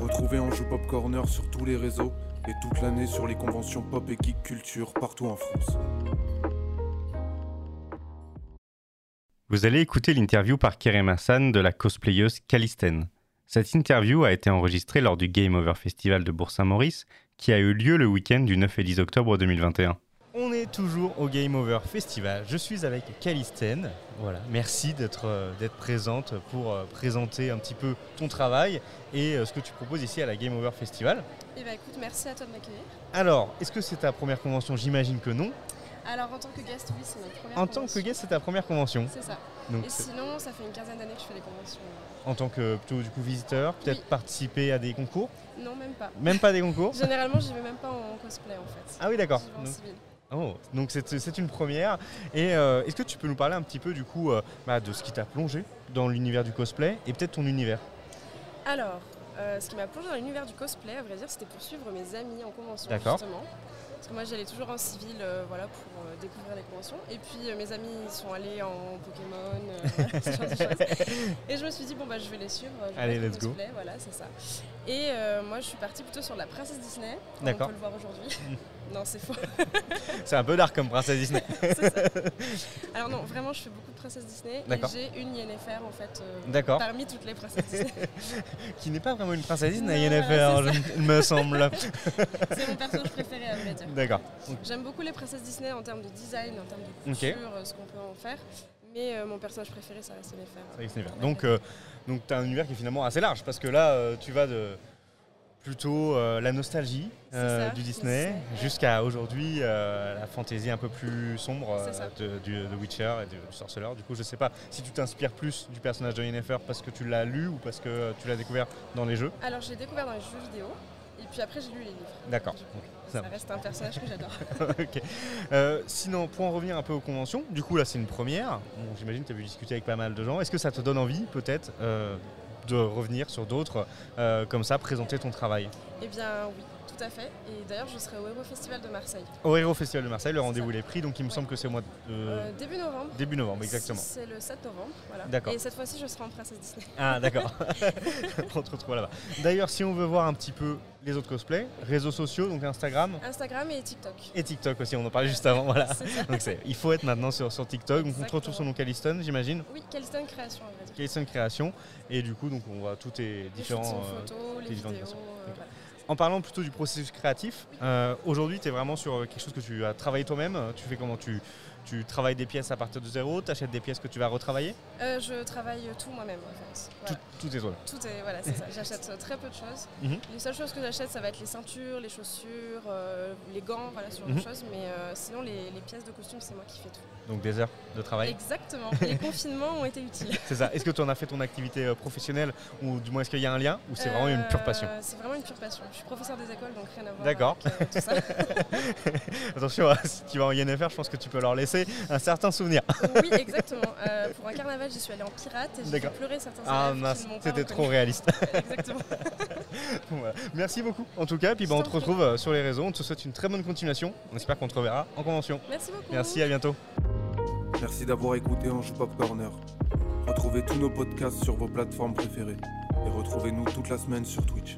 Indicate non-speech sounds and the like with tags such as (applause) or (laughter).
Retrouvez Anjou Pop Corner sur tous les réseaux et toute l'année sur les conventions pop et geek culture partout en France. Vous allez écouter l'interview par Kerem Hassan de la cosplayeuse Calisten. Cette interview a été enregistrée lors du Game Over Festival de Bourg-Saint-Maurice qui a eu lieu le week-end du 9 et 10 octobre 2021. On est toujours au Game Over Festival. Je suis avec Calisten. Voilà, merci d'être euh, d'être présente pour euh, présenter un petit peu ton travail et euh, ce que tu proposes ici à la Game Over Festival. Eh bien écoute, merci à toi de m'accueillir. Alors, est-ce que c'est ta première convention J'imagine que non. Alors en tant que guest, oui, c'est notre première En tant que convention. guest, c'est ta première convention. C'est ça. Donc, Et sinon, ça fait une quinzaine d'années que je fais les conventions. en tant que plutôt du coup visiteur, peut-être Oui. participer à des concours, Non, même pas. même pas des (laughs) concours. Généralement, j'y vais même pas en cosplay en fait. Ah oui, d'accord. J'y vais en Donc- civil. Oh, donc c'est c'est une première. Et euh, est-ce que tu peux nous parler un petit peu du coup euh, bah, de ce qui t'a plongé dans l'univers du cosplay et peut-être ton univers Alors, euh, ce qui m'a plongé dans l'univers du cosplay, à vrai dire, c'était pour suivre mes amis en convention D'accord. justement. Parce que moi, j'allais toujours en civil, euh, voilà, pour euh, découvrir les conventions. Et puis euh, mes amis, ils sont allés en Pokémon, euh, (laughs) voilà, ce genre de choses. Et je me suis dit bon bah, je vais les suivre. je vais Allez, faire du let's go. cosplay, Voilà, c'est ça. Et euh, moi, je suis partie plutôt sur la princesse Disney. (laughs) comme D'accord. On peut le voir (laughs) aujourd'hui. non, c'est faux. C'est un peu dark comme Princesse Disney. C'est ça. Alors non, vraiment, je fais beaucoup de princesses Disney. Et D'accord. j'ai une Yennefer, en fait, euh, (laughs) D'accord. parmi toutes les princesses Disney. (laughs) Qui n'est pas vraiment une Princesse Disney, Non, Yennefer, voilà, je- il me (laughs) semble. C'est mon personnage préféré, à vrai dire. D'accord. J'aime beaucoup les princesses Disney en termes de design, en termes de Ok. couture, euh, ce qu'on peut en faire. Mais euh, mon personnage préféré, ça reste Yennefer. C'est vrai que c'est bien. Donc, euh, donc tu as un univers qui est finalement assez large parce que là, euh, tu vas de plutôt euh, la nostalgie C'est euh, ça, du le Disney Disney. jusqu'à aujourd'hui euh, la fantaisie un peu plus sombre C'est euh, ça. de, du, de Witcher et du, du Sorcerer. Du coup, je sais pas si tu t'inspires plus du personnage de Yennefer parce que tu l'as lu ou parce que euh, tu l'as découvert dans les jeux. Alors, j'ai découvert dans les jeux vidéo. Et puis après, j'ai lu les livres. D'accord. Du coup, Ok, Ça ça marche. reste un personnage que (laughs) j'adore. Ok. Euh, sinon, pour en revenir un peu aux conventions, du coup là c'est une première. Bon, J'imagine que tu as vu discuter avec pas mal de gens. Est-ce que ça te donne envie peut-être euh, de revenir sur d'autres euh, comme ça, présenter ton travail Eh bien, oui, tout à fait. Et d'ailleurs, je serai au Hero Festival de Marseille. Au Hero Festival de Marseille, le C'est rendez-vous ça. est pris, donc il me Ouais. semble que c'est au mois de Euh, début novembre. début novembre, exactement. C'est le 7 novembre, voilà. D'accord. Et cette fois-ci, je serai en princesse Disney. Ah d'accord. (laughs) on te retrouve là-bas. D'ailleurs, si on veut voir un petit peu les autres cosplays, réseaux sociaux, donc Instagram Instagram et TikTok. et TikTok aussi, on en parlait juste avant, voilà. C'est ça. Donc c'est- il faut être maintenant sur, sur TikTok, donc on te retrouve sur Exactement. mon Caliston, j'imagine. Oui, Calston Création, à vrai dire. Caliston Création, et du coup, donc on voit tous tes Les shoots différents. en euh, photo, les les différentes vidéos. versions. euh, D'accord. voilà. En parlant plutôt du processus créatif, euh, aujourd'hui tu es vraiment sur euh, quelque chose que tu as travaillé toi-même. Euh, Tu fais comment tu, tu travailles des pièces à partir de zéro, tu achètes des pièces que tu vas retravailler Euh, je travaille tout moi-même, en fait. Voilà. Tout, tout est toi. Tout, est, voilà, c'est ça. J'achète euh, très peu de choses. Mhm. Les seules choses que j'achète, ça va être les ceintures, les chaussures, euh, les gants, voilà, ce genre Mhm. de choses. Mais euh, sinon, les, les pièces de costume, c'est moi qui fais tout. Donc des heures de travail. Exactement. les confinements ont été utiles. C'est ça. Est-ce que tu en as fait ton activité euh, professionnelle ou du moins est-ce qu'il y a un lien ou (laughs) c'est vraiment une pure passion Euh, C'est vraiment une pure passion. Je suis professeur des écoles, donc rien à voir. D'accord. avec, euh, tout ça. (laughs) Euh. Attention, (laughs) hein, si tu vas en INFR, je pense que tu peux leur laisser un certain souvenir. oui, exactement. Euh, pour un carnaval, j'y suis allée en pirate et j'ai fait D'accord. pleurer certains Ah élèves qui mince, ne m'ont pas c'était trop reconnue. réaliste. (laughs) exactement. Voilà. bah, Merci beaucoup en tout cas. Puis bah, Je on t'en te prie. retrouve euh, sur les réseaux. On te souhaite une très bonne continuation. On espère qu'on te reverra en convention. Merci beaucoup. Merci, à bientôt. Merci d'avoir écouté Anjou Pop Corner. Retrouvez tous nos podcasts sur vos plateformes préférées et retrouvez-nous toute la semaine sur Twitch.